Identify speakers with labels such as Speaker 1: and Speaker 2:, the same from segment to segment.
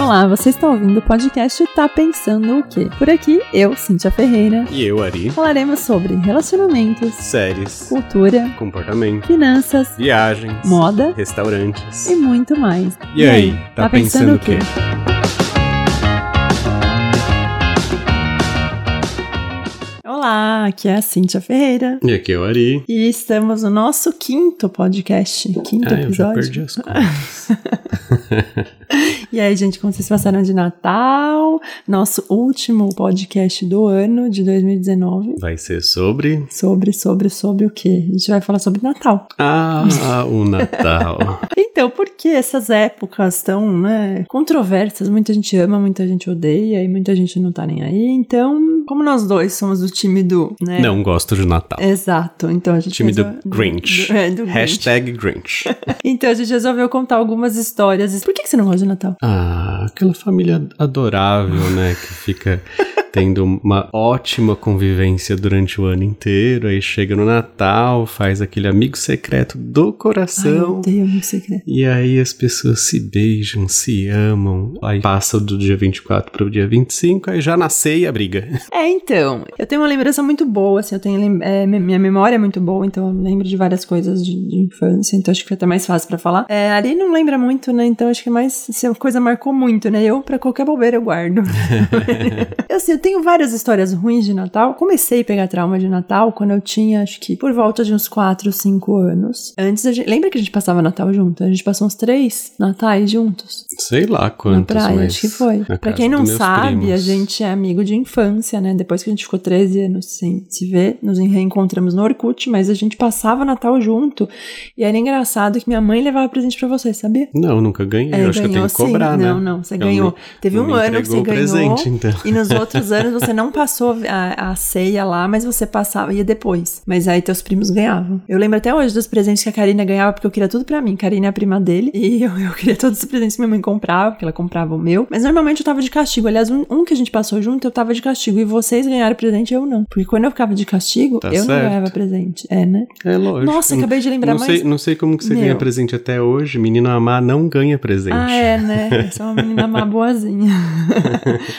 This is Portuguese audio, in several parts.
Speaker 1: Olá, você está ouvindo o podcast Tá Pensando o Quê? Por aqui, eu, Cintia Ferreira,
Speaker 2: E eu, Ari.
Speaker 1: falaremos sobre relacionamentos,
Speaker 2: Séries.
Speaker 1: cultura,
Speaker 2: Comportamento.
Speaker 1: finanças,
Speaker 2: Viagens.
Speaker 1: moda
Speaker 2: Restaurantes.
Speaker 1: e muito mais.
Speaker 2: E aí, tá pensando o quê?
Speaker 1: Olá, aqui é a Cintia Ferreira.
Speaker 2: E aqui é o Ari.
Speaker 1: E estamos no nosso quinto podcast, quinto
Speaker 2: Ah, eu já
Speaker 1: episódio.
Speaker 2: perdi as contas.
Speaker 1: E aí, gente, como vocês passaram de Natal? Nosso último podcast do ano de 2019.
Speaker 2: Vai ser sobre.
Speaker 1: Sobre, sobre, sobre o quê? A gente vai falar sobre Natal.
Speaker 2: Ah, o Natal.
Speaker 1: Então, por que essas épocas tão, né, controversas? Muita gente ama, muita gente odeia e muita gente não tá nem aí. Então, como nós dois somos do time do, né?
Speaker 2: Não gosto de Natal.
Speaker 1: Exato. Então a gente
Speaker 2: Time do
Speaker 1: resolve- do-
Speaker 2: Grinch.
Speaker 1: é, do Grinch.
Speaker 2: Hashtag Grinch.
Speaker 1: Então a gente resolveu contar algumas histórias. Por que, que você não gosta de Natal?
Speaker 2: Ah, aquela família adorável, né? Que fica tendo uma ótima convivência durante o ano inteiro. Aí chega no Natal, faz aquele amigo secreto do
Speaker 1: Ai, eu
Speaker 2: coração.
Speaker 1: odeio muito secreto.
Speaker 2: E aí as pessoas se beijam, se amam, aí passa do dia 24 para o dia 25, aí já na ceia a briga.
Speaker 1: É, então, eu tenho uma lembrança muito boa, assim, eu tenho, lem- é, mi- minha memória é muito boa, então eu lembro de várias coisas de, de infância, então acho que foi até mais fácil pra falar. É, a Ari não lembra muito, né, então acho que é mais, se a coisa marcou muito, né, eu pra qualquer bobeira eu guardo. eu, assim, eu tenho várias histórias ruins de Natal, comecei a pegar trauma de Natal quando eu tinha, acho que por volta de uns 4, 5 anos. Antes, a gente, lembra que a gente passava Natal junto? A gente passou uns três Natais juntos?
Speaker 2: Sei lá quantos,
Speaker 1: na praia,
Speaker 2: mas
Speaker 1: acho que foi.
Speaker 2: na
Speaker 1: Pra
Speaker 2: casa
Speaker 1: quem
Speaker 2: dos
Speaker 1: não
Speaker 2: meus
Speaker 1: sabe, a
Speaker 2: primos.
Speaker 1: gente é amigo de infância, né? Depois que a gente ficou 13 anos sem se ver, nos reencontramos no Orkut, mas a gente passava Natal junto. E era engraçado que minha mãe levava presente pra você, sabia?
Speaker 2: Não, nunca ganhei,
Speaker 1: É,
Speaker 2: eu acho que eu tenho que
Speaker 1: sim.
Speaker 2: cobrar, né?
Speaker 1: Não, não, você
Speaker 2: Ela
Speaker 1: ganhou.
Speaker 2: não-
Speaker 1: Teve
Speaker 2: não
Speaker 1: um
Speaker 2: me
Speaker 1: ano que
Speaker 2: entregou
Speaker 1: você
Speaker 2: o
Speaker 1: ganhou.
Speaker 2: presente, então.
Speaker 1: E nos outros anos você não passou a, a ceia lá, mas você passava, ia depois. Mas aí teus primos ganhavam. Eu lembro até hoje dos presentes que a Karina ganhava, porque eu queria tudo pra mim. Karina é a prima dele. E eu, eu queria todos os presentes que minha mãe comprava, porque ela comprava o meu. Mas normalmente eu tava de castigo. Aliás, um, um que a gente passou junto, eu tava de castigo. E vocês ganharam presente, eu não. Porque quando eu ficava de castigo,
Speaker 2: Tá
Speaker 1: eu não
Speaker 2: certo.
Speaker 1: ganhava presente. É, né?
Speaker 2: É lógico.
Speaker 1: Nossa, acabei de lembrar
Speaker 2: não
Speaker 1: mais.
Speaker 2: sei, não sei como que você
Speaker 1: Meu.
Speaker 2: ganha presente até hoje. Menino Amar não ganha presente.
Speaker 1: Ah, é, né? Eu sou uma menina má boazinha.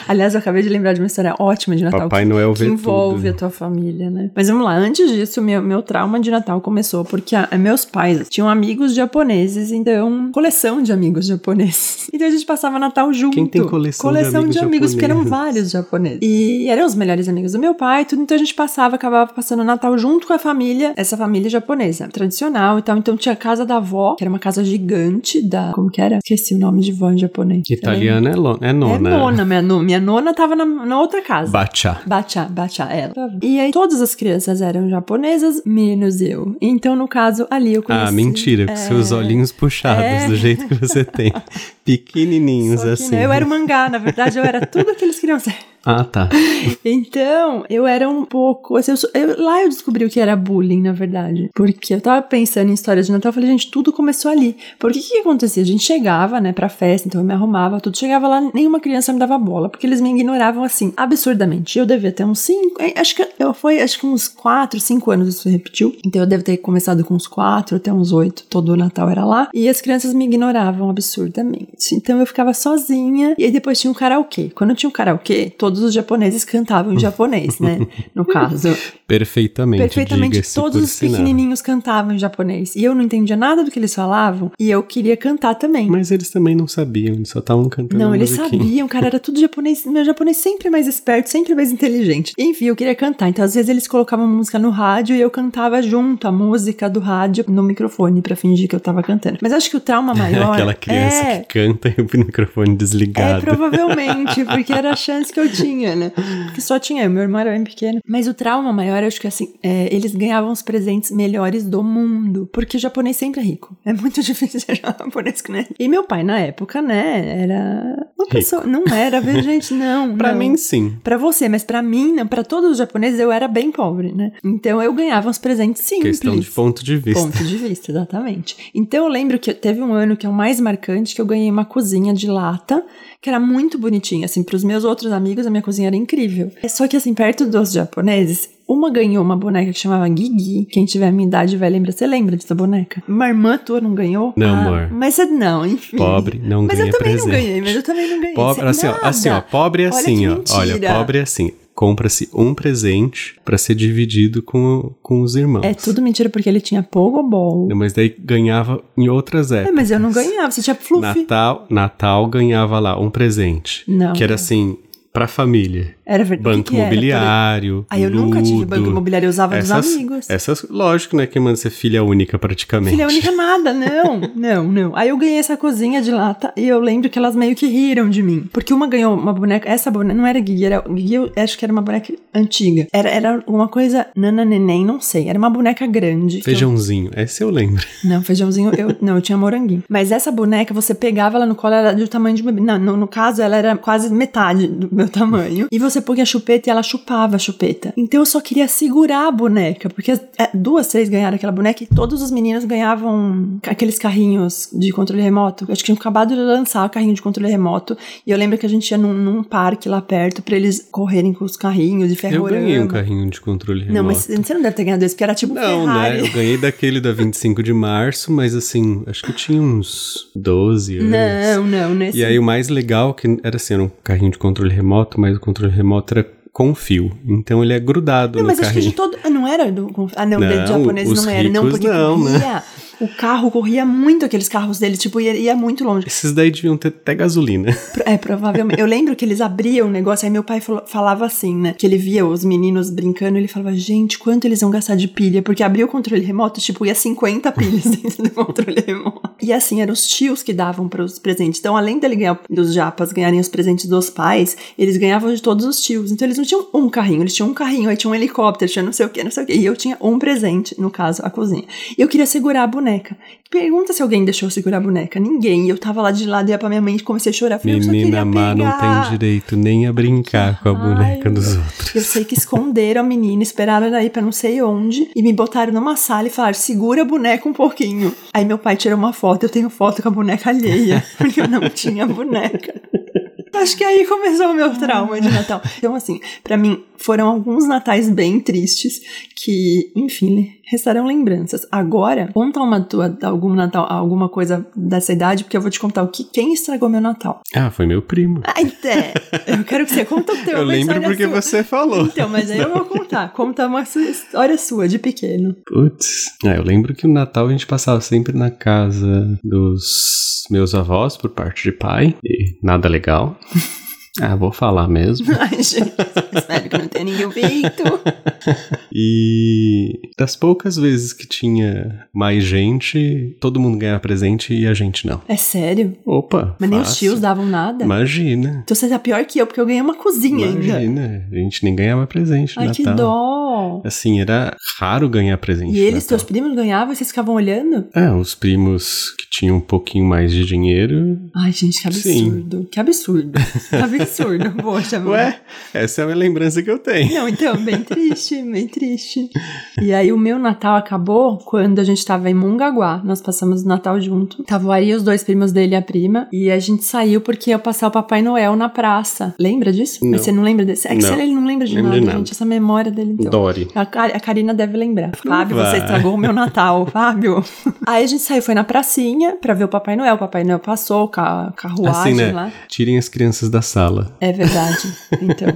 Speaker 1: Aliás, eu acabei de lembrar de uma história ótima de Natal.
Speaker 2: Papai
Speaker 1: que,
Speaker 2: Noel
Speaker 1: que
Speaker 2: vê
Speaker 1: envolve
Speaker 2: tudo.
Speaker 1: a tua família, né? Mas vamos lá, antes disso, meu, meu trauma de Natal começou porque a- meus pais tinham amigos japoneses, então, coleção de amigos japoneses. Então a gente passava Natal junto.
Speaker 2: Quem tem coleção de amigos
Speaker 1: porque um eram
Speaker 2: japoneses?
Speaker 1: vários japoneses. E eram os melhores amigos do meu pai, tudo. Então a gente passava, acabava passando Natal junto com a família, essa família japonesa, tradicional e tal. Então tinha a casa da avó, que era uma casa gigante da. Como que era? Esqueci o nome de vó em japonês.
Speaker 2: Italiano é, lo- é
Speaker 1: É
Speaker 2: nona.
Speaker 1: nona, minha, no- minha nona tava na, na outra casa.
Speaker 2: Bacha.
Speaker 1: Bacha, bacha, ela. E aí, todas as crianças eram japonesas, menos eu. Então, no caso, ali eu conheci.
Speaker 2: Ah, mentira, com seus olhinhos puxados,
Speaker 1: Assim, É.
Speaker 2: do jeito que você tem. Pequenininhos,
Speaker 1: Só que,
Speaker 2: assim.
Speaker 1: né, eu era um mangá, na verdade, eu era tudo que eles queriam ser.
Speaker 2: Ah, tá.
Speaker 1: Então, eu era um pouco. assim, eu sou- eu- lá eu descobri o que era bullying, na verdade. Porque eu tava pensando em histórias de Natal, eu falei, gente, tudo começou ali. Porque o que, que acontecia? A gente chegava, né, pra festa, então eu me arrumava, tudo. Chegava lá, nenhuma criança me dava bola, porque eles me ignoravam assim, absurdamente. Eu devia ter uns cinco. eh, Acho que eu foi, acho que uns quatro, cinco anos isso repetiu. Então eu devo ter começado com uns quatro até uns oito. Todo o Natal era lá. E as crianças me ignoravam absurdamente. Então eu ficava sozinha. E aí depois tinha um karaokê. Quando tinha um karaokê, todos os japoneses cantavam em japonês, né? No caso.
Speaker 2: Perfeitamente.
Speaker 1: Perfeitamente,
Speaker 2: diga-se
Speaker 1: todos
Speaker 2: por
Speaker 1: os
Speaker 2: sinal.
Speaker 1: pequenininhos cantavam em japonês. E eu não entendia nada do que eles falavam. E eu queria cantar também.
Speaker 2: Mas eles também não sabiam, eles só estavam cantando.
Speaker 1: Não,
Speaker 2: a
Speaker 1: eles
Speaker 2: musiquinha.
Speaker 1: sabiam, cara, era tudo japonês. Meu japonês sempre mais esperto, sempre mais inteligente. Enfim, eu queria cantar. Então, às vezes, eles colocavam música no rádio e eu cantava junto a música do rádio no microfone pra fingir que eu tava cantando. Mas acho que o trauma maior.
Speaker 2: Aquela criança
Speaker 1: é,
Speaker 2: que canta e o microfone
Speaker 1: é,
Speaker 2: desligado.
Speaker 1: provavelmente, porque era a chance que eu tinha, né? Porque só tinha eu, meu irmão era bem pequeno. Mas o trauma maior, eu acho que assim, é, eles ganhavam os presentes melhores do mundo. Porque o japonês sempre é rico. É muito difícil ser japonês que não é rico. E meu pai, na época, né, era uma pessoa. Não era, viu, gente? Não.
Speaker 2: pra
Speaker 1: não.
Speaker 2: mim, sim.
Speaker 1: Pra você, mas pra mim, não. Pra todos os japoneses, eu era bem pobre, né? Então eu ganhava uns presentes simples.
Speaker 2: Questão de ponto de vista.
Speaker 1: Ponto de vista, exatamente. Então eu lembro que teve um ano que é o mais marcante que eu ganhei uma cozinha de lata, que era muito bonitinha, assim, para os meus outros amigos a minha cozinha era incrível. É Só que assim, perto dos japoneses, Uma ganhou uma boneca que chamava Gigi. Quem tiver a minha idade vai lembrar. Você lembra dessa boneca? Uma irmã tua não ganhou? Ah,
Speaker 2: Não, amor.
Speaker 1: Mas você não, enfim.
Speaker 2: Pobre não
Speaker 1: mas
Speaker 2: ganha
Speaker 1: eu também
Speaker 2: presente.
Speaker 1: não ganhei, mas eu também não ganhei.
Speaker 2: Pobre, assim, ó,
Speaker 1: Nada.
Speaker 2: assim, ó, pobre é
Speaker 1: Olha
Speaker 2: assim,
Speaker 1: que
Speaker 2: ó. Olha,
Speaker 1: mentira.
Speaker 2: pobre é assim. Compra-se um presente pra ser dividido com, com os irmãos.
Speaker 1: É tudo mentira porque ele tinha Pogobol.
Speaker 2: Não, Né, Mas daí ganhava em outras
Speaker 1: É,
Speaker 2: épocas.
Speaker 1: mas eu não ganhava. Você tinha Fluffy.
Speaker 2: Natal, Natal ganhava lá um presente.
Speaker 1: Não. É,
Speaker 2: Que era assim, pra família.
Speaker 1: Era verdade.
Speaker 2: Banco imobiliário.
Speaker 1: Aí eu nunca tive
Speaker 2: ludo.
Speaker 1: banco imobiliário, eu usava
Speaker 2: Essas-
Speaker 1: dos amigos.
Speaker 2: Essas, lógico, né? Que manda ser filha única praticamente.
Speaker 1: Filha única nada, não, não, não. Aí eu ganhei essa cozinha de lata e eu lembro que elas meio que riram de mim. Porque uma ganhou uma boneca, essa boneca não era Gigi, era Gigi, eu acho que era uma boneca antiga. Era, era uma coisa nana neném, não sei. Era uma boneca grande. que eu-
Speaker 2: Feijãozinho, essa eu lembro.
Speaker 1: Não, feijãozinho, eu não, eu tinha moranguinho. Mas essa boneca, você pegava ela no colo, ela era do tamanho de um bebê. Não, no, no caso, ela era quase metade do meu tamanho. E você põe a chupeta e ela chupava a chupeta. Então eu só queria segurar a boneca, porque as- é, duas, três ganharam aquela boneca e todos os meninos ganhavam ca- aqueles carrinhos de controle remoto. Eu Acho que tinham acabado de lançar o carrinho de controle remoto. E eu lembro que a gente ia num, num parque lá perto pra eles correrem com os carrinhos de
Speaker 2: Eu
Speaker 1: ferrorama.
Speaker 2: ganhei um carrinho de controle remoto.
Speaker 1: É Não, mas você não deve ter ganhado esse, porque era tipo
Speaker 2: Não,
Speaker 1: Ferrari.
Speaker 2: né? Eu ganhei daquele da 25 de março, mas assim, acho que eu tinha uns 12 anos.
Speaker 1: Não, não, nesse
Speaker 2: E aí o mais legal que era assim, era um carrinho de controle remoto, mas o controle remoto era com fio. Então ele é grudado
Speaker 1: Não,
Speaker 2: no
Speaker 1: mas acho que
Speaker 2: carrinho.
Speaker 1: de todo. Ah, não era do. Ah, não,
Speaker 2: Não,
Speaker 1: de japonês
Speaker 2: os
Speaker 1: não era. Não,
Speaker 2: ricos
Speaker 1: porque
Speaker 2: não, né?
Speaker 1: corria. O carro corria muito aqueles carros dele, tipo, ia, ia muito longe.
Speaker 2: Esses daí deviam ter até gasolina.
Speaker 1: Pro- É, provavelmente. Eu lembro que eles abriam o negócio, aí meu pai falou- falava assim, né? Que ele via os meninos brincando, ele falava, gente, quanto eles vão gastar de pilha? Porque abria o controle remoto, tipo, ia 50 pilhas dentro do controle remoto. E assim, eram os tios que davam para os presentes. Então, além dele ganhar dos japas, ganharem os presentes dos pais, eles ganhavam de todos os tios. Então, eles não tinham um carrinho, eles tinham um carrinho, aí tinha um helicóptero, tinha não sei o que, não sei o que. E eu tinha um presente, no caso, a cozinha. E eu queria segurar a boneca. Pergunta se alguém deixou eu segurar a boneca. Ninguém. E Eu tava lá de lado, ia pra minha mãe e comecei a chorar. Eu só
Speaker 2: Menina
Speaker 1: queria
Speaker 2: má não
Speaker 1: pegar.
Speaker 2: tem direito nem a brincar com a boneca
Speaker 1: raiva.
Speaker 2: dos outros.
Speaker 1: Eu sei que esconderam a menina, esperaram ela ir pra não sei onde e me botaram numa sala e falaram: segura a boneca um pouquinho. Aí meu pai tirou uma foto, eu tenho foto com a boneca alheia, porque eu não tinha boneca. Acho que aí começou o meu trauma de Natal. Então, assim, pra mim, foram alguns natais bem tristes que, enfim, restarão lembranças. Agora, conta uma tua, algum Natal, alguma coisa dessa idade, porque eu vou te contar o que quem estragou meu Natal.
Speaker 2: Ah, foi meu primo.
Speaker 1: Ai, Té, então, eu quero que você conte o teu.
Speaker 2: Eu
Speaker 1: então, mas
Speaker 2: lembro
Speaker 1: olha a
Speaker 2: porque
Speaker 1: sua.
Speaker 2: você falou.
Speaker 1: Então, mas aí eu vou contar. Conta uma su- história sua de pequeno.
Speaker 2: Putz. É, eu lembro que o Natal a gente passava sempre na casa dos meus avós, por parte de pai. E nada legal. Ah, vou falar mesmo.
Speaker 1: Ai, gente, espero que não tenha ninguém feito.
Speaker 2: E das poucas vezes que tinha mais gente, todo mundo ganhava presente e a gente não.
Speaker 1: É sério?
Speaker 2: Opa!
Speaker 1: Mas nem os
Speaker 2: fácil.
Speaker 1: tios davam nada?
Speaker 2: Imagina.
Speaker 1: Então você tá pior que eu, porque eu ganhei uma cozinha ainda.
Speaker 2: Imagina. A gente nem ganhava presente no
Speaker 1: Ai,
Speaker 2: Natal.
Speaker 1: que dó.
Speaker 2: Assim, era raro ganhar presente.
Speaker 1: E
Speaker 2: no
Speaker 1: eles,
Speaker 2: É, Natal.
Speaker 1: teus primos, ganhavam e vocês ficavam olhando?
Speaker 2: É, os primos que tinham um pouquinho mais de dinheiro.
Speaker 1: Ai, gente, que absurdo. Que absurdo. Que absurdo. Poxa, mãe.
Speaker 2: Ué, essa é a lembrança que eu tenho.
Speaker 1: Não, então, bem triste, bem triste. E aí o meu Natal acabou quando a gente tava em Mongaguá. Nós passamos o Natal junto. Tava o Ari, os dois primos dele e a prima. E a gente saiu porque ia passar o Papai Noel na praça. Lembra disso?
Speaker 2: Não.
Speaker 1: Mas você não lembra desse? É que
Speaker 2: Não.
Speaker 1: ele não lembra de
Speaker 2: Lembro
Speaker 1: nada,
Speaker 2: de nada.
Speaker 1: gente. Essa memória dele, então.
Speaker 2: Dory.
Speaker 1: A, Ca- a Karina deve lembrar. Fábio,
Speaker 2: vai.
Speaker 1: você estragou o meu Natal, Fábio. Aí a gente saiu, foi na pracinha pra ver o Papai Noel. O Papai Noel passou com a carruagem
Speaker 2: Assim, né?
Speaker 1: lá.
Speaker 2: Tirem as crianças da sala.
Speaker 1: É verdade. Então.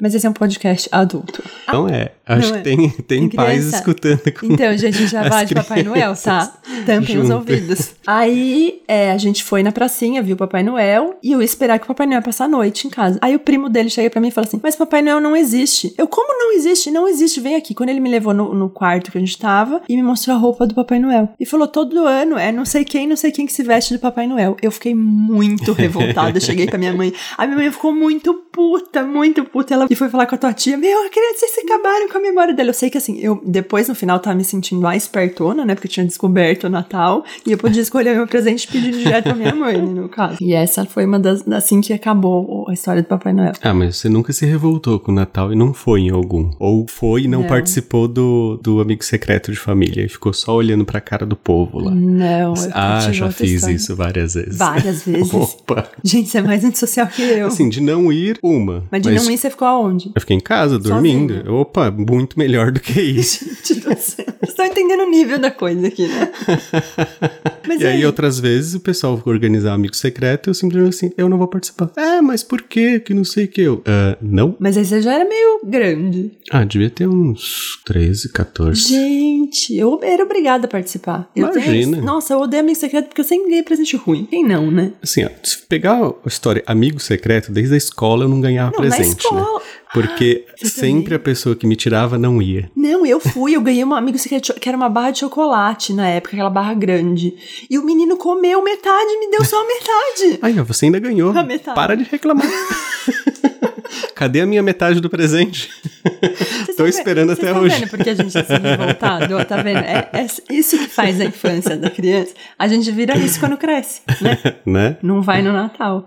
Speaker 1: Mas esse é um podcast adulto.
Speaker 2: Não é. Acho
Speaker 1: Não é.
Speaker 2: que tem, tem,
Speaker 1: Tem
Speaker 2: pais
Speaker 1: criança.
Speaker 2: escutando com
Speaker 1: Então, gente, já
Speaker 2: As
Speaker 1: vai de Papai Noel, tá? Tampem os
Speaker 2: juntas.
Speaker 1: ouvidos. Aí, é, a gente foi na pracinha, viu o Papai Noel, e eu ia esperar que o Papai Noel ia passar a noite em casa. Aí o primo dele chega pra mim e fala assim, mas Papai Noel não existe. Eu, como não existe? Não existe, vem aqui. Quando ele me levou no, no quarto que a gente tava, e me mostrou a roupa do Papai Noel. E falou, todo ano é não sei quem, não sei quem que se veste do Papai Noel. Eu fiquei muito revoltada, eu cheguei pra minha mãe. A minha mãe ficou muito puta, muito puta. Ela e foi falar com a tua tia, meu, eu queria dizer que vocês acabaram com a memória dela. Eu sei que assim, eu depois no final tava me sentindo mais espertona, né? Porque eu tinha descoberto o Natal e eu podia escolher o meu presente e pedir direto pra minha mãe, né, no caso. E essa foi uma das, assim que acabou a história do Papai Noel.
Speaker 2: Ah, mas você nunca se revoltou com o Natal e não foi em algum. Ou foi e não,
Speaker 1: Não.
Speaker 2: participou do, do amigo secreto de família e ficou só olhando pra cara do povo lá.
Speaker 1: Não, Hum, eu
Speaker 2: ah,
Speaker 1: tive
Speaker 2: já
Speaker 1: outra
Speaker 2: fiz
Speaker 1: história.
Speaker 2: isso várias vezes.
Speaker 1: Várias vezes.
Speaker 2: Opa!
Speaker 1: Gente, você é mais antissocial que eu.
Speaker 2: Assim, de não ir, uma.
Speaker 1: Mas de não ir, você ficou aonde?
Speaker 2: Eu fiquei em casa, dormindo.
Speaker 1: Sozinha.
Speaker 2: Opa, muito melhor do que isso.
Speaker 1: Gente do céu. Vocês estão entendendo o nível da coisa aqui, né? Mas é
Speaker 2: e aí, outras vezes, o pessoal organizar amigo secreto e eu simplesmente assim, eu não vou participar. É, mas por quê? Que não sei o que. Eu, "Ah, não?
Speaker 1: Mas aí você já era meio grande.
Speaker 2: Ah, devia ter uns 13, 14.
Speaker 1: Gente, eu era obrigada a participar. Eu tenho-
Speaker 2: Imagina.
Speaker 1: nossa, eu odeio amigo secreto porque eu sempre ganhei presente ruim. Quem não, né?
Speaker 2: Assim, ó, se pegar a história amigo secreto, desde a escola eu não ganhava
Speaker 1: Não, na
Speaker 2: presente, né?
Speaker 1: escola. Ah,
Speaker 2: Porque
Speaker 1: você
Speaker 2: sempre
Speaker 1: também?
Speaker 2: a pessoa que me tirava não ia.
Speaker 1: Não, eu fui, eu ganhei um amigo secreto que era uma barra de chocolate na época, aquela barra grande. E o menino comeu metade, me deu só a metade.
Speaker 2: Aí, ó, você ainda ganhou.
Speaker 1: A metade.
Speaker 2: Para de reclamar. Cadê a minha metade do presente?
Speaker 1: Vocês
Speaker 2: Tô
Speaker 1: tão tá
Speaker 2: esperando
Speaker 1: vendo-
Speaker 2: até
Speaker 1: vocês tão
Speaker 2: hoje.
Speaker 1: vendo porque a gente é assim, revoltado, ó, tá vendo? É, é isso que faz a infância da criança. A gente vira isso quando cresce, né?
Speaker 2: né?
Speaker 1: Não vai no Natal.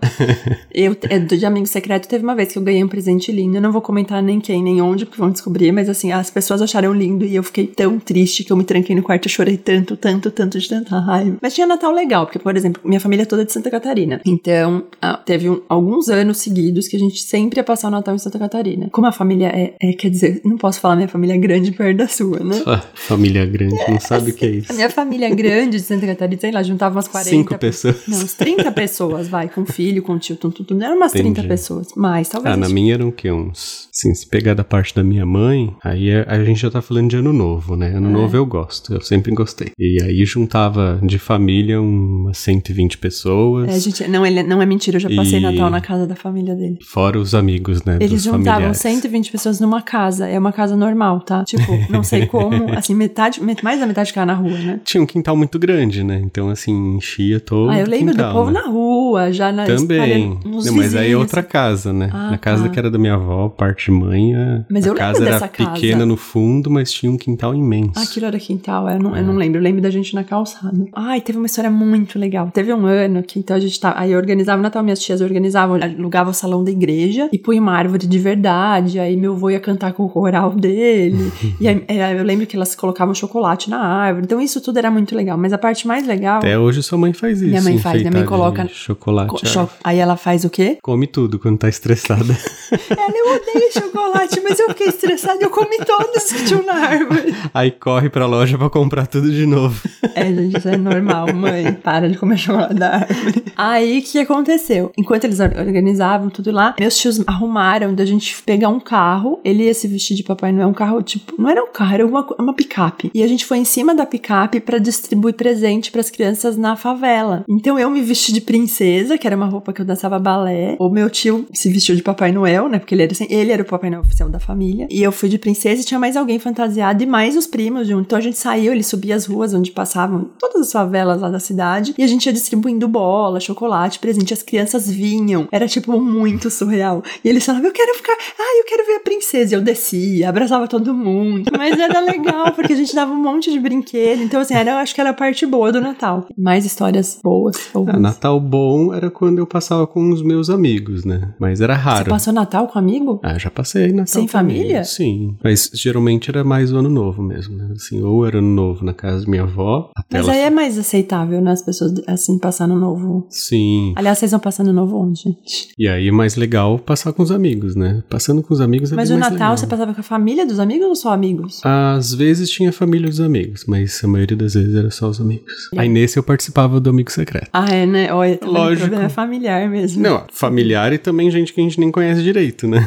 Speaker 1: Eu, é, do de amigo secreto, teve uma vez que eu ganhei um presente lindo. Eu não vou comentar nem quem, nem onde, porque vão descobrir, mas assim, as pessoas acharam lindo e eu fiquei tão triste que eu me tranquei no quarto e chorei tanto, tanto, tanto de tanta raiva. Mas tinha Natal legal, porque, por exemplo, minha família é toda de Santa Catarina. Então, ah, teve um- alguns anos seguidos que a gente sempre ia passar o Natal em Santa Catarina. Como a família é, é, quer dizer, não posso falar minha família é grande perto da sua, né?
Speaker 2: Ah, família grande, não sabe o que é
Speaker 1: A
Speaker 2: isso.
Speaker 1: minha família é grande de Santa Catarina, sei lá, juntava umas 40
Speaker 2: Cinco pessoas.
Speaker 1: não, uns 30 pessoas, vai, com filho, com tio, tudo, tudo. Não eram umas
Speaker 2: Entendi.
Speaker 1: 30 pessoas, mas talvez.
Speaker 2: Ah, na
Speaker 1: a gente-
Speaker 2: minha eram o quê? Uns. Assim, se pegar da parte da minha mãe, aí a, a gente já tá falando de ano novo, né? Ano
Speaker 1: É.
Speaker 2: novo eu gosto, eu sempre gostei. E aí juntava de família umas 120 pessoas.
Speaker 1: É, gente, não, ele, não é mentira, eu já passei
Speaker 2: E-
Speaker 1: Natal na casa da família dele.
Speaker 2: Fora os amigos, né?
Speaker 1: Eles
Speaker 2: dos
Speaker 1: juntavam
Speaker 2: familiares.
Speaker 1: 120 pessoas numa casa, é uma casa normal, tá? Tipo, não sei como, assim, metade, met- mais da metade ficava na rua, né?
Speaker 2: Tinha um quintal muito grande, né? Então, assim, enchia todo
Speaker 1: ah, eu lembro
Speaker 2: quintal,
Speaker 1: do povo
Speaker 2: né?
Speaker 1: na rua, já na
Speaker 2: Também.
Speaker 1: espalhando nos
Speaker 2: Não, mas aí é
Speaker 1: vizinhos.
Speaker 2: outra casa, né?
Speaker 1: Ah,
Speaker 2: Na casa
Speaker 1: tá.
Speaker 2: que era da minha avó, parte de mãe, a,
Speaker 1: Mas
Speaker 2: a
Speaker 1: eu lembro
Speaker 2: casa era
Speaker 1: dessa casa.
Speaker 2: pequena no fundo, mas tinha um quintal imenso.
Speaker 1: Ah, Aquilo era quintal, eu não, eu
Speaker 2: É.
Speaker 1: não lembro. Eu lembro da gente na calçada. Ai, teve uma história muito legal. Teve um ano que então a gente tava. Aí eu organizava o Natal, minhas tias organizavam, alugava o salão da igreja e punha uma árvore de verdade. Aí meu avô ia cantar com o coral dele. e aí, era- eu lembro que elas colocavam chocolate na árvore. Então isso tudo era muito legal. Mas a parte mais legal.
Speaker 2: Até hoje sua mãe faz isso.
Speaker 1: Minha mãe faz, minha mãe
Speaker 2: enfeitar de
Speaker 1: coloca-
Speaker 2: Chocolate.
Speaker 1: co-
Speaker 2: ah,
Speaker 1: cho- Aí ela faz o quê?
Speaker 2: Come tudo quando tá estressada.
Speaker 1: Ela, eu odeio chocolate, mas eu fiquei estressada e eu comi todos que tinham na árvore.
Speaker 2: aí corre pra loja pra comprar tudo de novo.
Speaker 1: É, gente, isso é normal, mãe. Para de comer chocolate da árvore. Aí, o que aconteceu? Enquanto eles or- organizavam tudo lá, meus tios arrumaram da gente pegar um carro. Ele ia se vestir de Papai Noel, um carro, tipo, não era um carro, era uma, co- uma picape. E a gente foi em cima da picape pra distribuir presente pras crianças na favela. Então, eu me vesti de princesa, que era uma roupa que eu dançava balé. O meu tio se vestiu de Papai Noel, né? Porque ele era, assim- ele era o Papai Noel oficial da família. E eu fui de princesa e tinha mais alguém fantasiado e mais os primos junto. Então a gente saiu, ele subia as ruas onde passavam todas as favelas lá da cidade e a gente ia distribuindo bola, chocolate, presente. As crianças vinham. Era tipo muito surreal. E eles falavam, eu quero ficar, ah, eu quero ver a princesa. E eu descia, abraçava todo mundo. Mas era legal, porque a gente dava um monte de brinquedo. Então, assim, era, eu acho que era a parte boa do Natal. Mais histórias boas. ou
Speaker 2: Ah,
Speaker 1: ruins.
Speaker 2: Natal bom era quando eu passava com os meus amigos, né? Mas era
Speaker 1: Você
Speaker 2: raro.
Speaker 1: passou Natal com amigo?
Speaker 2: Ah, já passei Natal.
Speaker 1: Sem
Speaker 2: também,
Speaker 1: família?
Speaker 2: Sim. Mas geralmente era mais o ano novo mesmo, né? Assim, ou era ano novo na casa da minha avó. Até
Speaker 1: Mas
Speaker 2: ela...
Speaker 1: aí é mais aceitável, né? As pessoas, assim, passando novo.
Speaker 2: Sim.
Speaker 1: Aliás, vocês vão passando novo onde, gente?
Speaker 2: E aí é mais legal passar com os amigos, né? Passando com os amigos é
Speaker 1: Mas o
Speaker 2: bem mais
Speaker 1: Natal
Speaker 2: legal.
Speaker 1: você passava com a família dos amigos ou só amigos?
Speaker 2: Às vezes tinha família dos amigos, mas a maioria das vezes era só os amigos.
Speaker 1: É.
Speaker 2: Aí nesse eu participava do amigo secreto.
Speaker 1: Ah, é, né? Olha, tá vendo?
Speaker 2: Lógico.
Speaker 1: o problema é familiar mesmo.
Speaker 2: Não, familiar e também gente que a gente nem conhece direito, né?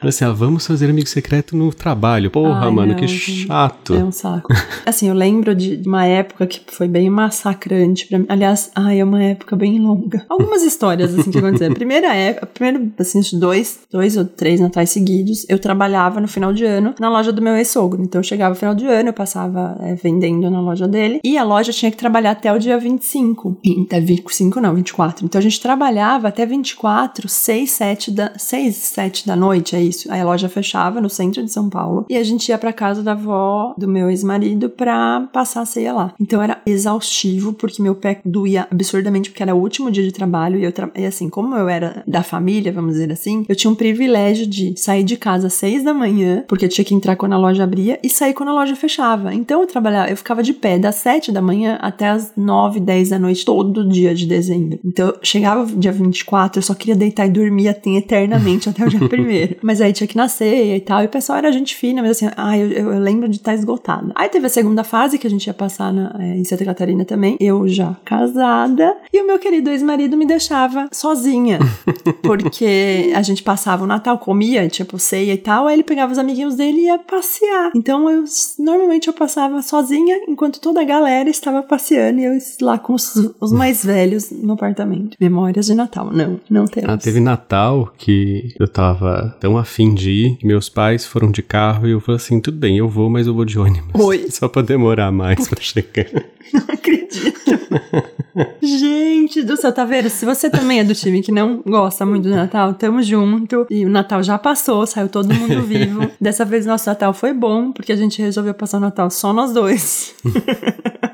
Speaker 2: Era assim, ah, vamos fazer amigo secreto no trabalho. Porra,
Speaker 1: Ai,
Speaker 2: mano,
Speaker 1: não,
Speaker 2: que
Speaker 1: gente.
Speaker 2: chato.
Speaker 1: É um saco. Assim, eu lembro de de uma época que foi bem massacrante pra mim. Aliás, ai, é uma época bem longa. Algumas histórias, assim, que aconteceram. A primeira época, primeiro, assim, uns dois, dois ou três natais seguidos, eu trabalhava no final de ano na loja do meu ex-sogro. Então, eu chegava no final de ano, eu passava eh, vendendo na loja dele. E a loja tinha que trabalhar até o dia 25. E, Até 25 não, 24. Então, a gente trabalhava até 24, 6, 7 da, 6, 7 da noite, é isso. Aí a loja fechava no centro de São Paulo. E a gente ia pra casa da avó do meu ex-marido pra passar a ceia lá. Então era exaustivo, porque meu pé doía absurdamente, porque era o último dia de trabalho. E, eu tra- e assim, como eu era da família, vamos dizer assim, eu tinha um privilégio de sair de casa às seis da manhã, porque eu tinha que entrar quando a loja abria, e sair quando a loja fechava. Então eu trabalhava, eu ficava de pé das sete da manhã até as nove, dez da noite, todo dia de dezembro. Então eu chegava dia 24, eu só queria deitar e dormir assim eternamente até o dia primeiro. Mas mas aí tinha que nascer e tal. E o pessoal era gente fina, mas assim, ah, eu, eu lembro de estar tá esgotada. Aí teve a segunda fase que a gente ia passar na, é, em Santa Catarina também. Eu já casada. E o meu querido ex-marido me deixava sozinha. porque a gente passava o Natal, comia, tipo, ceia e tal. Aí ele pegava os amiguinhos dele e ia passear. Então eu normalmente eu passava sozinha, enquanto toda a galera estava passeando e eu lá com os, os mais velhos no apartamento. Memórias de Natal. Não, não temos.
Speaker 2: Ah, teve Natal que eu tava tão afim de ir. Meus pais foram de carro e eu falei assim: tudo bem, eu vou, mas eu vou de ônibus.
Speaker 1: Oi.
Speaker 2: Só pra demorar mais pra chegar.
Speaker 1: Não acredito. Gente do céu, tá vendo? Se você também é do time que não gosta muito do Natal, tamo junto. E o Natal já passou, saiu todo mundo vivo. Dessa vez nosso Natal foi bom, porque a gente resolveu passar o Natal só nós dois.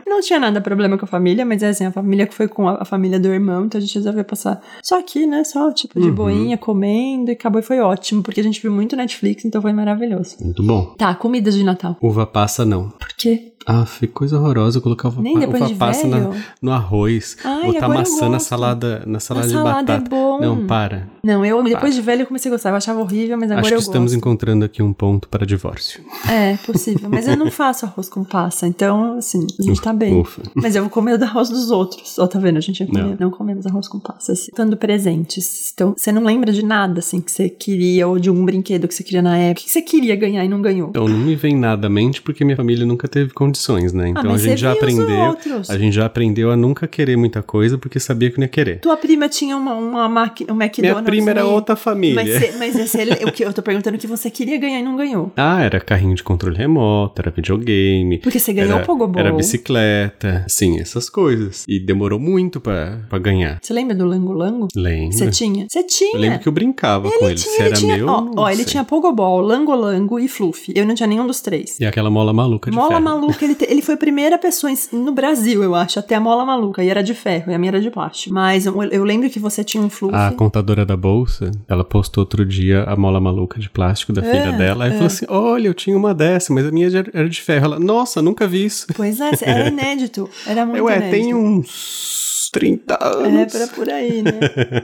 Speaker 1: não tinha nada problema com a família, mas é assim, a família que foi com a, a, família do irmão, então a gente resolveu passar só aqui, né? Só tipo de uhum. boinha, comendo, e acabou e foi ótimo, porque a gente viu muito Netflix, então foi maravilhoso.
Speaker 2: Muito bom.
Speaker 1: Tá, comidas de Natal.
Speaker 2: Uva passa não.
Speaker 1: Por quê?
Speaker 2: Ah, foi coisa horrorosa colocar uva,
Speaker 1: Nem depois uva
Speaker 2: passa
Speaker 1: na,
Speaker 2: no arroz,
Speaker 1: Ai,
Speaker 2: botar
Speaker 1: agora
Speaker 2: maçã
Speaker 1: eu
Speaker 2: na
Speaker 1: gosto.
Speaker 2: salada, na salada
Speaker 1: Na
Speaker 2: de
Speaker 1: salada é
Speaker 2: batata.
Speaker 1: bom.
Speaker 2: Não, para.
Speaker 1: Não, eu depois de velho eu comecei a gostar, eu achava horrível, mas agora
Speaker 2: Acho que
Speaker 1: eu
Speaker 2: estamos
Speaker 1: gosto.
Speaker 2: encontrando aqui um ponto para divórcio.
Speaker 1: É, possível. Mas eu não faço arroz com passa, então, assim, a gente tá bem.
Speaker 2: Ufa.
Speaker 1: Mas eu vou comer o do arroz dos outros. Ó, tá vendo? A gente ia comer.
Speaker 2: Não.
Speaker 1: não. comemos arroz com passa. assim. Dando presentes. Então, você não lembra de nada, assim, que você queria, ou de um brinquedo que você queria na época. O que você queria ganhar e não ganhou?
Speaker 2: Então não me vem nada à mente porque minha família nunca teve condições, né? Então a
Speaker 1: Ah, mas
Speaker 2: gente
Speaker 1: você
Speaker 2: já
Speaker 1: viu os
Speaker 2: aprendeu,
Speaker 1: outros.
Speaker 2: a gente já aprendeu a nunca querer muita coisa porque sabia que não ia querer.
Speaker 1: Tua prima tinha uma, uma maqui- um McDonald's.
Speaker 2: Minha prima era
Speaker 1: meio-
Speaker 2: outra família.
Speaker 1: Mas, você- mas esse, o que eu tô perguntando é o que você queria ganhar e não ganhou.
Speaker 2: Ah, era carrinho de controle remoto, era videogame,
Speaker 1: Porque você ganhou um
Speaker 2: era,
Speaker 1: o Pogobol.
Speaker 2: era bicicleta, sim, essas coisas. E demorou muito pra pra ganhar.
Speaker 1: Você lembra do Lango Lango? Você
Speaker 2: Lembra?
Speaker 1: tinha? Você tinha?
Speaker 2: Eu lembro que eu brincava com ele. Se
Speaker 1: Tinha,
Speaker 2: era
Speaker 1: ele tinha,
Speaker 2: meu,
Speaker 1: ó,
Speaker 2: não
Speaker 1: ó, ele
Speaker 2: sei.
Speaker 1: tinha Pogobol, Lango Lango e Fluffy. Eu não tinha nenhum dos três.
Speaker 2: E aquela mola maluca de
Speaker 1: Mola
Speaker 2: ferro.
Speaker 1: maluca, ele, te- ele foi a primeira pessoa em- no Brasil, eu acho, até a mola maluca. E era de ferro, e a minha era de plástico. Mas eu, eu lembro que você tinha um fluxo.
Speaker 2: A contadora da bolsa, ela postou outro dia a mola maluca de plástico da
Speaker 1: É,
Speaker 2: filha dela. Aí falou assim: Olha, eu tinha uma dessa, mas a minha já era de ferro. Ela, nossa, nunca vi isso.
Speaker 1: Pois é, era inédito. Era muito
Speaker 2: Eu é,
Speaker 1: inédito.
Speaker 2: tem uns 30
Speaker 1: É,
Speaker 2: anos.
Speaker 1: era por aí, né?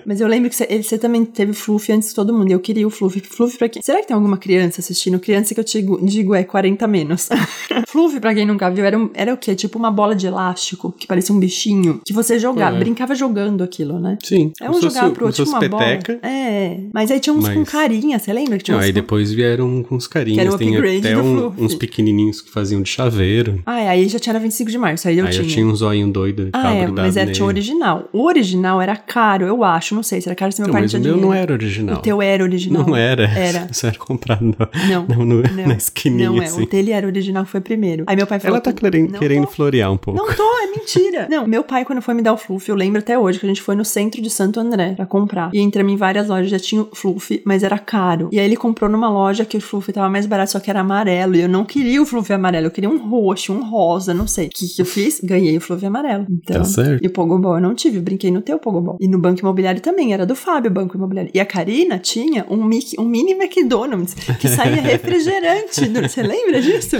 Speaker 1: Mas eu lembro que você, ele- você também teve Fluffy antes de todo mundo. Eu queria o Fluffy. Fluffy pra quem? Será que tem alguma criança assistindo? Criança que eu te digo- digo é 40 menos. Fluffy, pra quem nunca viu, era, um- era o quê? Tipo uma bola de elástico, que parecia um bichinho, que você jogava,
Speaker 2: É.
Speaker 1: brincava jogando aquilo, né?
Speaker 2: Sim.
Speaker 1: É
Speaker 2: como
Speaker 1: um
Speaker 2: se fosse-
Speaker 1: jogava pro
Speaker 2: como se
Speaker 1: outro, tinha
Speaker 2: fosse
Speaker 1: uma bola.
Speaker 2: peteca.
Speaker 1: É, mas aí tinha uns com
Speaker 2: Mas-
Speaker 1: carinha, você lembra que tinha
Speaker 2: Não,
Speaker 1: uns
Speaker 2: aí
Speaker 1: com-
Speaker 2: depois vieram com os
Speaker 1: Que era
Speaker 2: carinhas.
Speaker 1: o
Speaker 2: Tem
Speaker 1: upgrade
Speaker 2: até
Speaker 1: do
Speaker 2: um-
Speaker 1: Fluffy.
Speaker 2: uns pequenininhos que faziam de chaveiro.
Speaker 1: Ah, é, aí já tinha era 25 de março, aí eu
Speaker 2: aí
Speaker 1: tinha.
Speaker 2: eu tinha um zoinho doido que
Speaker 1: Ah,
Speaker 2: tava
Speaker 1: é,
Speaker 2: grudado
Speaker 1: mas era,
Speaker 2: nele.
Speaker 1: tinha o original. O original era caro, eu acho, não sei, se era caro se meu
Speaker 2: Não,
Speaker 1: pai não
Speaker 2: mas o
Speaker 1: tinha
Speaker 2: meu não
Speaker 1: dinheiro.
Speaker 2: era original.
Speaker 1: O teu era original.
Speaker 2: Não era.
Speaker 1: Era.
Speaker 2: Isso era comprado na,
Speaker 1: Não.
Speaker 2: não, no-
Speaker 1: Não,
Speaker 2: na esquininha,
Speaker 1: não é,
Speaker 2: assim.
Speaker 1: o dele era original, foi primeiro. Aí meu pai falou.
Speaker 2: Ela tá
Speaker 1: que-
Speaker 2: querendo,
Speaker 1: não
Speaker 2: querendo
Speaker 1: tô.
Speaker 2: florear um pouco.
Speaker 1: Não tô, é mentira. Não, meu pai, quando foi me dar o Fluffy, eu lembro até hoje que a gente foi no centro de Santo André pra comprar. E entramos em várias lojas, já tinha o Fluffy, mas era caro. E aí ele comprou numa loja que o Fluffy tava mais barato, só que era amarelo. E eu não queria o Fluffy amarelo, eu queria um roxo, um rosa, não sei. O que, que eu fiz? Ganhei o Fluffy amarelo. Então,
Speaker 2: Tá certo.
Speaker 1: E o Pogobol eu não tive, eu brinquei no teu Pogobol. E no Banco Imobiliário também, era do Fábio o Banco Imobiliário. E a Karina tinha um, Mickey- um mini McDonald's que saía refrigerante. Você lembra disso?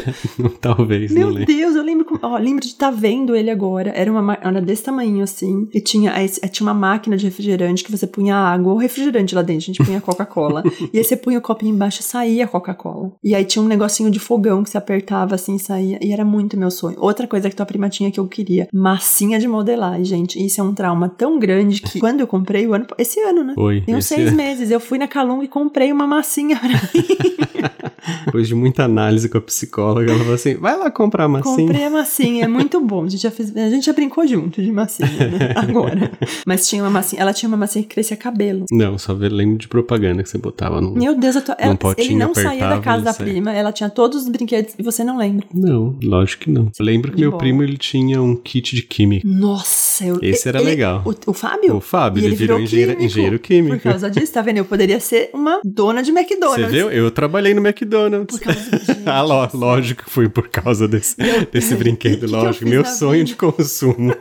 Speaker 2: Talvez,
Speaker 1: Meu
Speaker 2: não lembro.
Speaker 1: Deus, eu lembro, como- ó, lembro de estar vendo ele agora. Era uma ma- era desse tamanho assim, e tinha aí c- tinha uma máquina de refrigerante que você punha água ou refrigerante lá dentro, a gente punha Coca-Cola. e aí você punha o copinho embaixo e saía a Coca-Cola. E aí tinha um negocinho de fogão que você apertava assim e saía, e era muito meu sonho. Outra coisa que tua prima tinha que eu queria, massinha de modelar, gente. Isso é um trauma tão grande que quando eu comprei o ano esse ano, né?
Speaker 2: Foi.
Speaker 1: Tem uns
Speaker 2: esse
Speaker 1: seis
Speaker 2: ano.
Speaker 1: meses, eu fui na Calunga e comprei uma massinha pra
Speaker 2: Depois de muita análise com a psicóloga, ela falou assim: vai lá comprar a massinha.
Speaker 1: Comprei a massinha, é muito bom. A gente já, fez- a gente já brincou junto de massinha, né? Agora. Mas tinha uma massinha, ela tinha uma massinha que crescia cabelo.
Speaker 2: Não, só ve- lembro de propaganda que você botava no.
Speaker 1: Meu Deus, eu tô, ela- ele
Speaker 2: potinho
Speaker 1: não saía da
Speaker 2: apertava,
Speaker 1: casa
Speaker 2: ele
Speaker 1: da
Speaker 2: saía.
Speaker 1: prima, ela tinha todos os brinquedos e você não lembra.
Speaker 2: Não, lógico que não. Eu lembro que
Speaker 1: De
Speaker 2: meu
Speaker 1: bola.
Speaker 2: primo ele tinha um kit de química.
Speaker 1: Nossa, eu.
Speaker 2: Esse era
Speaker 1: ele-
Speaker 2: legal.
Speaker 1: O, o Fábio?
Speaker 2: O Fábio,
Speaker 1: E
Speaker 2: ele,
Speaker 1: ele
Speaker 2: virou
Speaker 1: virou
Speaker 2: engenheiro
Speaker 1: químico.
Speaker 2: engenheiro
Speaker 1: Por
Speaker 2: químico.
Speaker 1: causa disso, tá vendo? Eu poderia ser uma dona de
Speaker 2: Você
Speaker 1: McDonald's.
Speaker 2: viu? Eu trabalhei no McDonald's.
Speaker 1: Por causa do- gente,
Speaker 2: ah, lo- lógico que foi por causa desse, desse
Speaker 1: que
Speaker 2: brinquedo,
Speaker 1: que eu
Speaker 2: lógico.
Speaker 1: fiz
Speaker 2: Meu
Speaker 1: na
Speaker 2: sonho
Speaker 1: vida?
Speaker 2: de consumo.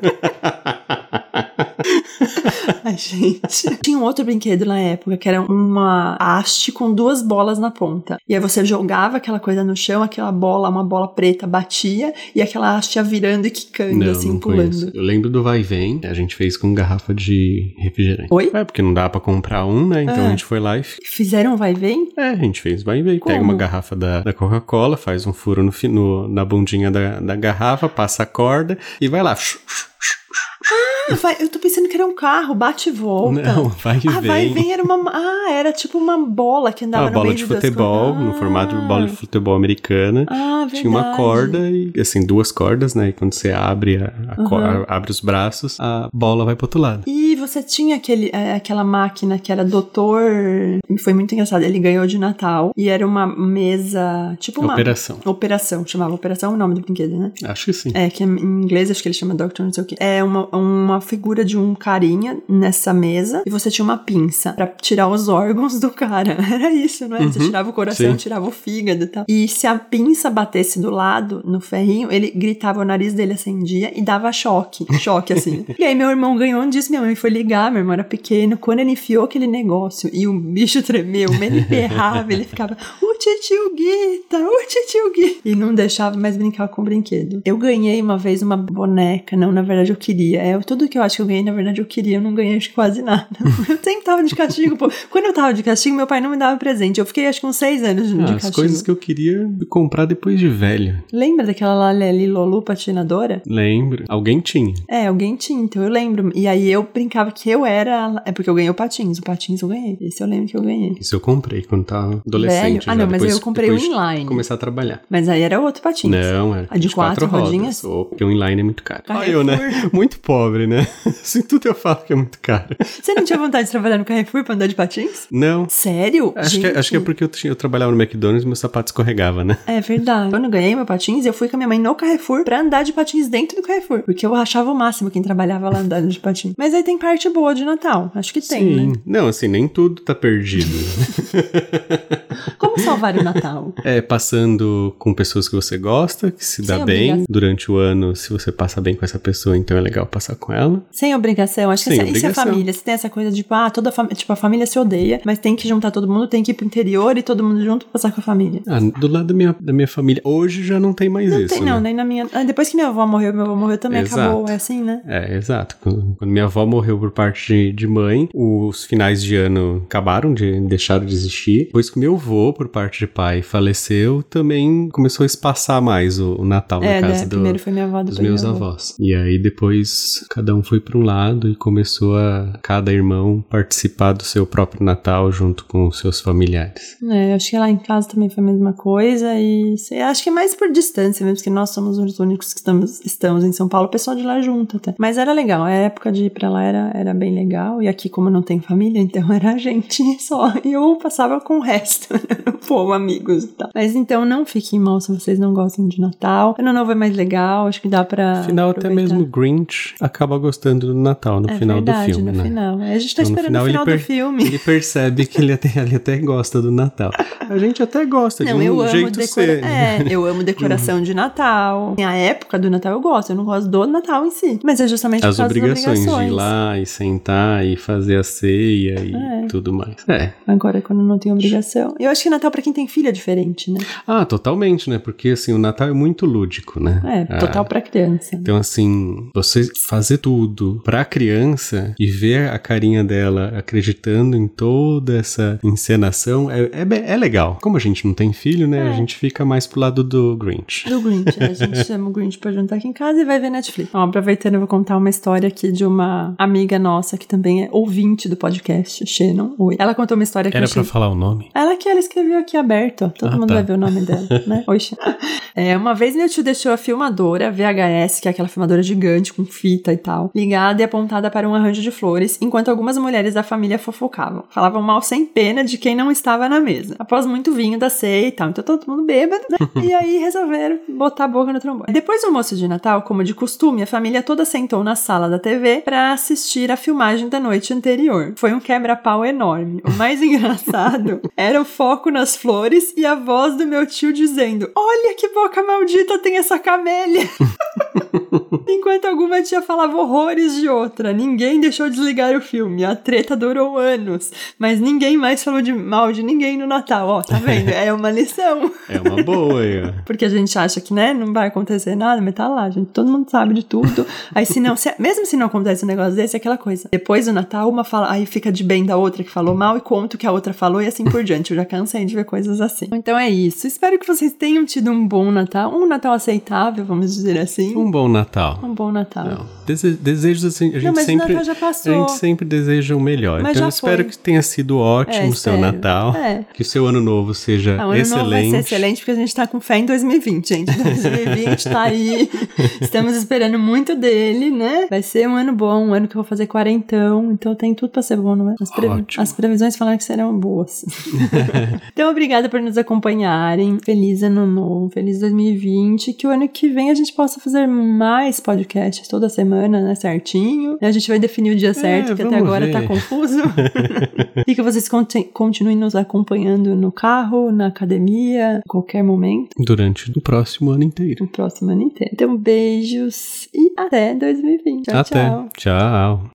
Speaker 1: Ai, gente. Tinha um outro brinquedo na época que era uma haste com duas bolas na ponta. E aí você jogava aquela coisa no chão, aquela bola, uma bola preta batia e aquela haste ia virando e quicando,
Speaker 2: Não,
Speaker 1: assim,
Speaker 2: não
Speaker 1: pulando.
Speaker 2: conheço. Eu lembro do Vai Vem, a gente fez com garrafa de refrigerante.
Speaker 1: Oi?
Speaker 2: É, porque não dá pra comprar um, né? Então
Speaker 1: Ah.
Speaker 2: a gente foi lá e f-
Speaker 1: Fizeram um vai-vem?
Speaker 2: é, a gente fez vai vem. Pega
Speaker 1: Como?
Speaker 2: uma garrafa da, da Coca-Cola, faz um furo no, fi- no- na bundinha da, da garrafa, passa a corda e vai lá.
Speaker 1: Ah, vai- eu tô pensando que era um carro, bate e volta.
Speaker 2: Não, né? vai e
Speaker 1: Ah,
Speaker 2: vem.
Speaker 1: vai e vem era uma. Ah, era tipo uma bola que andava
Speaker 2: uma
Speaker 1: no
Speaker 2: bola
Speaker 1: meio
Speaker 2: de
Speaker 1: duas
Speaker 2: futebol,
Speaker 1: coisas.
Speaker 2: no formato de bola de
Speaker 1: Ah.
Speaker 2: futebol americana.
Speaker 1: Ah, verdade.
Speaker 2: Tinha uma corda e, assim, duas cordas, né? E quando você abre, a, a co-
Speaker 1: Uhum.
Speaker 2: a- abre os braços, a bola vai pro outro lado.
Speaker 1: E você tinha aquele, eh, aquela máquina que era doutor. Foi muito engraçado. Ele ganhou de Natal. E era uma mesa. Tipo uma.
Speaker 2: Operação.
Speaker 1: Operação, chamava Operação o nome do brinquedo, né?
Speaker 2: Acho que sim.
Speaker 1: É, que em inglês acho que ele chama Doctor, não sei o que. É uma, uma figura de um carinha nessa mesa e você tinha uma pinça pra tirar os órgãos do cara. Era isso, não é? Você
Speaker 2: Uhum,
Speaker 1: tirava o coração,
Speaker 2: sim.
Speaker 1: tirava o fígado e tal. E se a pinça batesse do lado, no ferrinho, ele gritava, o nariz dele acendia e dava choque. Choque, assim. e aí meu irmão ganhou um disso, minha mãe foi ligar, meu irmão era pequeno. Quando ele enfiou aquele negócio e o bicho tremeu, ele berrava, ele ficava, o titio Guita, o titio Guita. E não deixava mais brincar com o brinquedo. Eu ganhei uma vez uma boneca, não, na verdade eu queria. É, tudo que eu acho que eu ganhei, na verdade eu queria, eu não ganhei acho que quase nada. Eu sempre tava de castigo, pô. Quando eu tava de castigo, meu pai não me dava presente. Eu fiquei acho que uns seis anos de
Speaker 2: Ah, as
Speaker 1: castigo.
Speaker 2: coisas que eu queria comprar depois de velho.
Speaker 1: Lembra daquela Laleli Lolu patinadora?
Speaker 2: Lembro. Alguém tinha.
Speaker 1: É, alguém tinha, então eu lembro. E aí eu brincava que eu era. É porque eu ganhei o Patins, o Patins eu ganhei. Esse eu lembro que eu ganhei.
Speaker 2: Isso eu comprei quando tava adolescente.
Speaker 1: Velho? Ah,
Speaker 2: já,
Speaker 1: não, mas
Speaker 2: depois-
Speaker 1: eu comprei
Speaker 2: depois
Speaker 1: o
Speaker 2: de
Speaker 1: inline.
Speaker 2: Começar a trabalhar.
Speaker 1: Mas aí era outro Patins.
Speaker 2: Não, era
Speaker 1: A de quatro
Speaker 2: rodas.
Speaker 1: rodinhas?
Speaker 2: Ou- Porque o inline é muito caro.
Speaker 1: Carrefour.
Speaker 2: Ah, eu, né? Muito pobre, né? Assim, tudo eu falo que é muito caro.
Speaker 1: Você não tinha vontade de trabalhar no Carrefour pra andar de patins?
Speaker 2: Não.
Speaker 1: Sério?
Speaker 2: Acho que,
Speaker 1: Gente.
Speaker 2: acho que é porque eu, tinha- eu trabalhava no McDonald's e meu sapato escorregava, né?
Speaker 1: É verdade. Quando eu ganhei meu patins, eu fui com a minha mãe no Carrefour pra andar de patins dentro do Carrefour. Porque eu achava o máximo quem trabalhava lá andando de patins. Mas aí tem parte boa de Natal. Acho que tem, né?
Speaker 2: Não, assim, nem tudo tá perdido.
Speaker 1: Como salvar o Natal?
Speaker 2: é passando com pessoas que você gosta, que se dá
Speaker 1: Sem
Speaker 2: bem.
Speaker 1: obrigação.
Speaker 2: Durante o ano, se você passa bem com essa pessoa, então é legal passar com ela.
Speaker 1: Sem obrigação. Acho que
Speaker 2: Sem
Speaker 1: essa, isso é
Speaker 2: obrigação.
Speaker 1: família. Se tem essa coisa de, tipo, ah, toda a família. Tipo, a família se odeia, mas tem que juntar todo mundo, tem que ir pro interior e todo mundo junto passar com a família.
Speaker 2: Ah, do lado da minha, da minha família, hoje já não tem mais
Speaker 1: Não
Speaker 2: isso.
Speaker 1: tem, não,
Speaker 2: né?
Speaker 1: nem na minha. Ah, Depois que minha avó morreu, meu avô morreu também,
Speaker 2: Exato.
Speaker 1: acabou. É assim, né?
Speaker 2: É, exato. Quando quando minha avó morreu por parte de, de mãe, os finais de ano acabaram de deixaram de existir. Depois que meu avô, por parte de pai, faleceu, também começou a espaçar mais o, o Natal
Speaker 1: é,
Speaker 2: na
Speaker 1: né?
Speaker 2: casa do-
Speaker 1: primeiro foi minha avó,
Speaker 2: dos
Speaker 1: depois
Speaker 2: meus
Speaker 1: meu avô.
Speaker 2: avós. E aí depois cada um foi para um lado e começou a cada irmão participar do seu próprio Natal junto com os seus familiares.
Speaker 1: É, eu acho que lá em casa também foi a mesma coisa e sei, acho que é mais por distância mesmo, porque nós somos os únicos que estamos, estamos em São Paulo, o pessoal de lá junto até. Mas era legal, a época de ir pra lá era, era bem legal e aqui como não tem família, então era a gente só. E eu passava com o resto, pô, amigos e tal. Mas então não fiquem mal se vocês não gostam de Natal. Ano novo é mais legal, acho que dá pra
Speaker 2: Afinal, até
Speaker 1: Ah, aproveitar.
Speaker 2: mesmo o Grinch acaba gostando do Natal no
Speaker 1: é
Speaker 2: final
Speaker 1: verdade,
Speaker 2: do filme,
Speaker 1: no
Speaker 2: né?
Speaker 1: final. A gente tá
Speaker 2: Então, no
Speaker 1: esperando o
Speaker 2: final ele
Speaker 1: final do
Speaker 2: per-
Speaker 1: filme.
Speaker 2: Ele percebe que ele até, ele até gosta do Natal. A gente até gosta
Speaker 1: Não,
Speaker 2: de um
Speaker 1: eu amo
Speaker 2: jeito
Speaker 1: decora...
Speaker 2: ser.
Speaker 1: é, eu amo decoração de Natal. A época do Natal eu gosto, eu não gosto do Natal em si. Mas é justamente
Speaker 2: As
Speaker 1: por causa
Speaker 2: obrigações,
Speaker 1: das
Speaker 2: de ir
Speaker 1: obrigações.
Speaker 2: lá e sentar e fazer a ceia e
Speaker 1: É.
Speaker 2: tudo mais. É.
Speaker 1: Agora, quando não tem obrigação. Eu acho que Natal pra quem tem filho é diferente, né?
Speaker 2: Ah, totalmente, né? Porque assim, o Natal é muito lúdico, né?
Speaker 1: É,
Speaker 2: Ah,
Speaker 1: total pra criança.
Speaker 2: Então, assim, você fazer tudo pra criança e ver a carinha dela acreditando em toda essa encenação é, é, be- é legal. Como a gente não tem filho, né?
Speaker 1: É.
Speaker 2: A gente fica mais pro lado do Grinch.
Speaker 1: Do Grinch, né? a gente chama o Grinch pra juntar aqui em casa e vai ver Netflix. Ó, aproveitando, eu vou contar uma história aqui de uma amiga nossa que também é ouvinte do podcast, Shannon. Oi. Ela contou uma história que eu
Speaker 2: Era
Speaker 1: achei
Speaker 2: pra falar o nome?
Speaker 1: Ela que ela escreveu aqui aberto, ó. Todo
Speaker 2: Ah,
Speaker 1: mundo
Speaker 2: tá.
Speaker 1: vai ver o nome dela, né? Oxe. É, uma vez meu tio deixou a filmadora VHS, que é aquela filmadora gigante com fita e tal, ligada e apontada para um arranjo de flores, enquanto algumas mulheres da família fofocavam. Falavam mal sem pena de quem não estava na mesa. Após muito vinho da ceia e tal, então todo mundo bêbado, né? E aí resolveram botar a boca no trombone. Depois do almoço de Natal, como de costume, a família toda sentou na sala da TV para assistir a filmagem da noite anterior. Foi um quebra-pau enorme. O mais engraçado era o foco nas flores e a voz do meu tio dizendo: Olha que boca maldita tem essa camélia! Enquanto alguma tia falava horrores de outra, ninguém deixou desligar o filme. A treta durou anos, mas ninguém mais falou de mal de ninguém no Natal. Ó, tá vendo? É uma lição.
Speaker 2: É uma boa, aí, ó.
Speaker 1: Porque a gente acha que, né, não vai acontecer nada, mas tá lá, gente. Todo mundo sabe de tudo. Aí se não, se- mesmo se não acontece um negócio desse, é aquela coisa. Depois do Natal, uma fala, aí fica de bem da outra que falou mal e conta o que a outra falou e assim por diante. Eu já cansei de ver coisas assim. Então é isso. Espero que vocês tenham tido um bom Natal, um Natal aceitável, vamos dizer assim.
Speaker 2: Um bom Natal.
Speaker 1: Um bom Natal.
Speaker 2: Não. Dese- Desejos assim, a gente
Speaker 1: Não, mas o
Speaker 2: sempre.
Speaker 1: Natal já
Speaker 2: A
Speaker 1: passou.
Speaker 2: gente sempre deseja o melhor.
Speaker 1: Mas
Speaker 2: então
Speaker 1: já
Speaker 2: eu espero
Speaker 1: foi.
Speaker 2: que tenha sido ótimo
Speaker 1: É,
Speaker 2: o seu
Speaker 1: espero.
Speaker 2: Natal.
Speaker 1: É.
Speaker 2: Que o seu ano novo seja
Speaker 1: Ah, o ano
Speaker 2: excelente.
Speaker 1: novo vai ser excelente porque a gente tá com fé em 2020, gente. Então, 2020 tá aí. Estamos esperando muito dele, né? Vai ser um ano bom, um ano que eu vou fazer quarentão. Então tem tudo pra ser bom, não é? As, previ-
Speaker 2: Ótimo.
Speaker 1: as previsões falaram que serão boas. então, obrigada por nos acompanharem. Feliz ano novo, feliz 2020. Que o ano que vem a gente possa fazer mais podcasts toda semana, né? Certinho. A gente vai definir o dia certo, porque até
Speaker 2: É, vamos
Speaker 1: agora
Speaker 2: ver.
Speaker 1: tá confuso. E que vocês conte- continuem nos acompanhando no carro, na academia, em qualquer momento,
Speaker 2: Durante o próximo ano inteiro.
Speaker 1: no próximo ano inteiro. Então, beijos e até 2020. Tchau,
Speaker 2: Até.
Speaker 1: tchau.
Speaker 2: Tchau.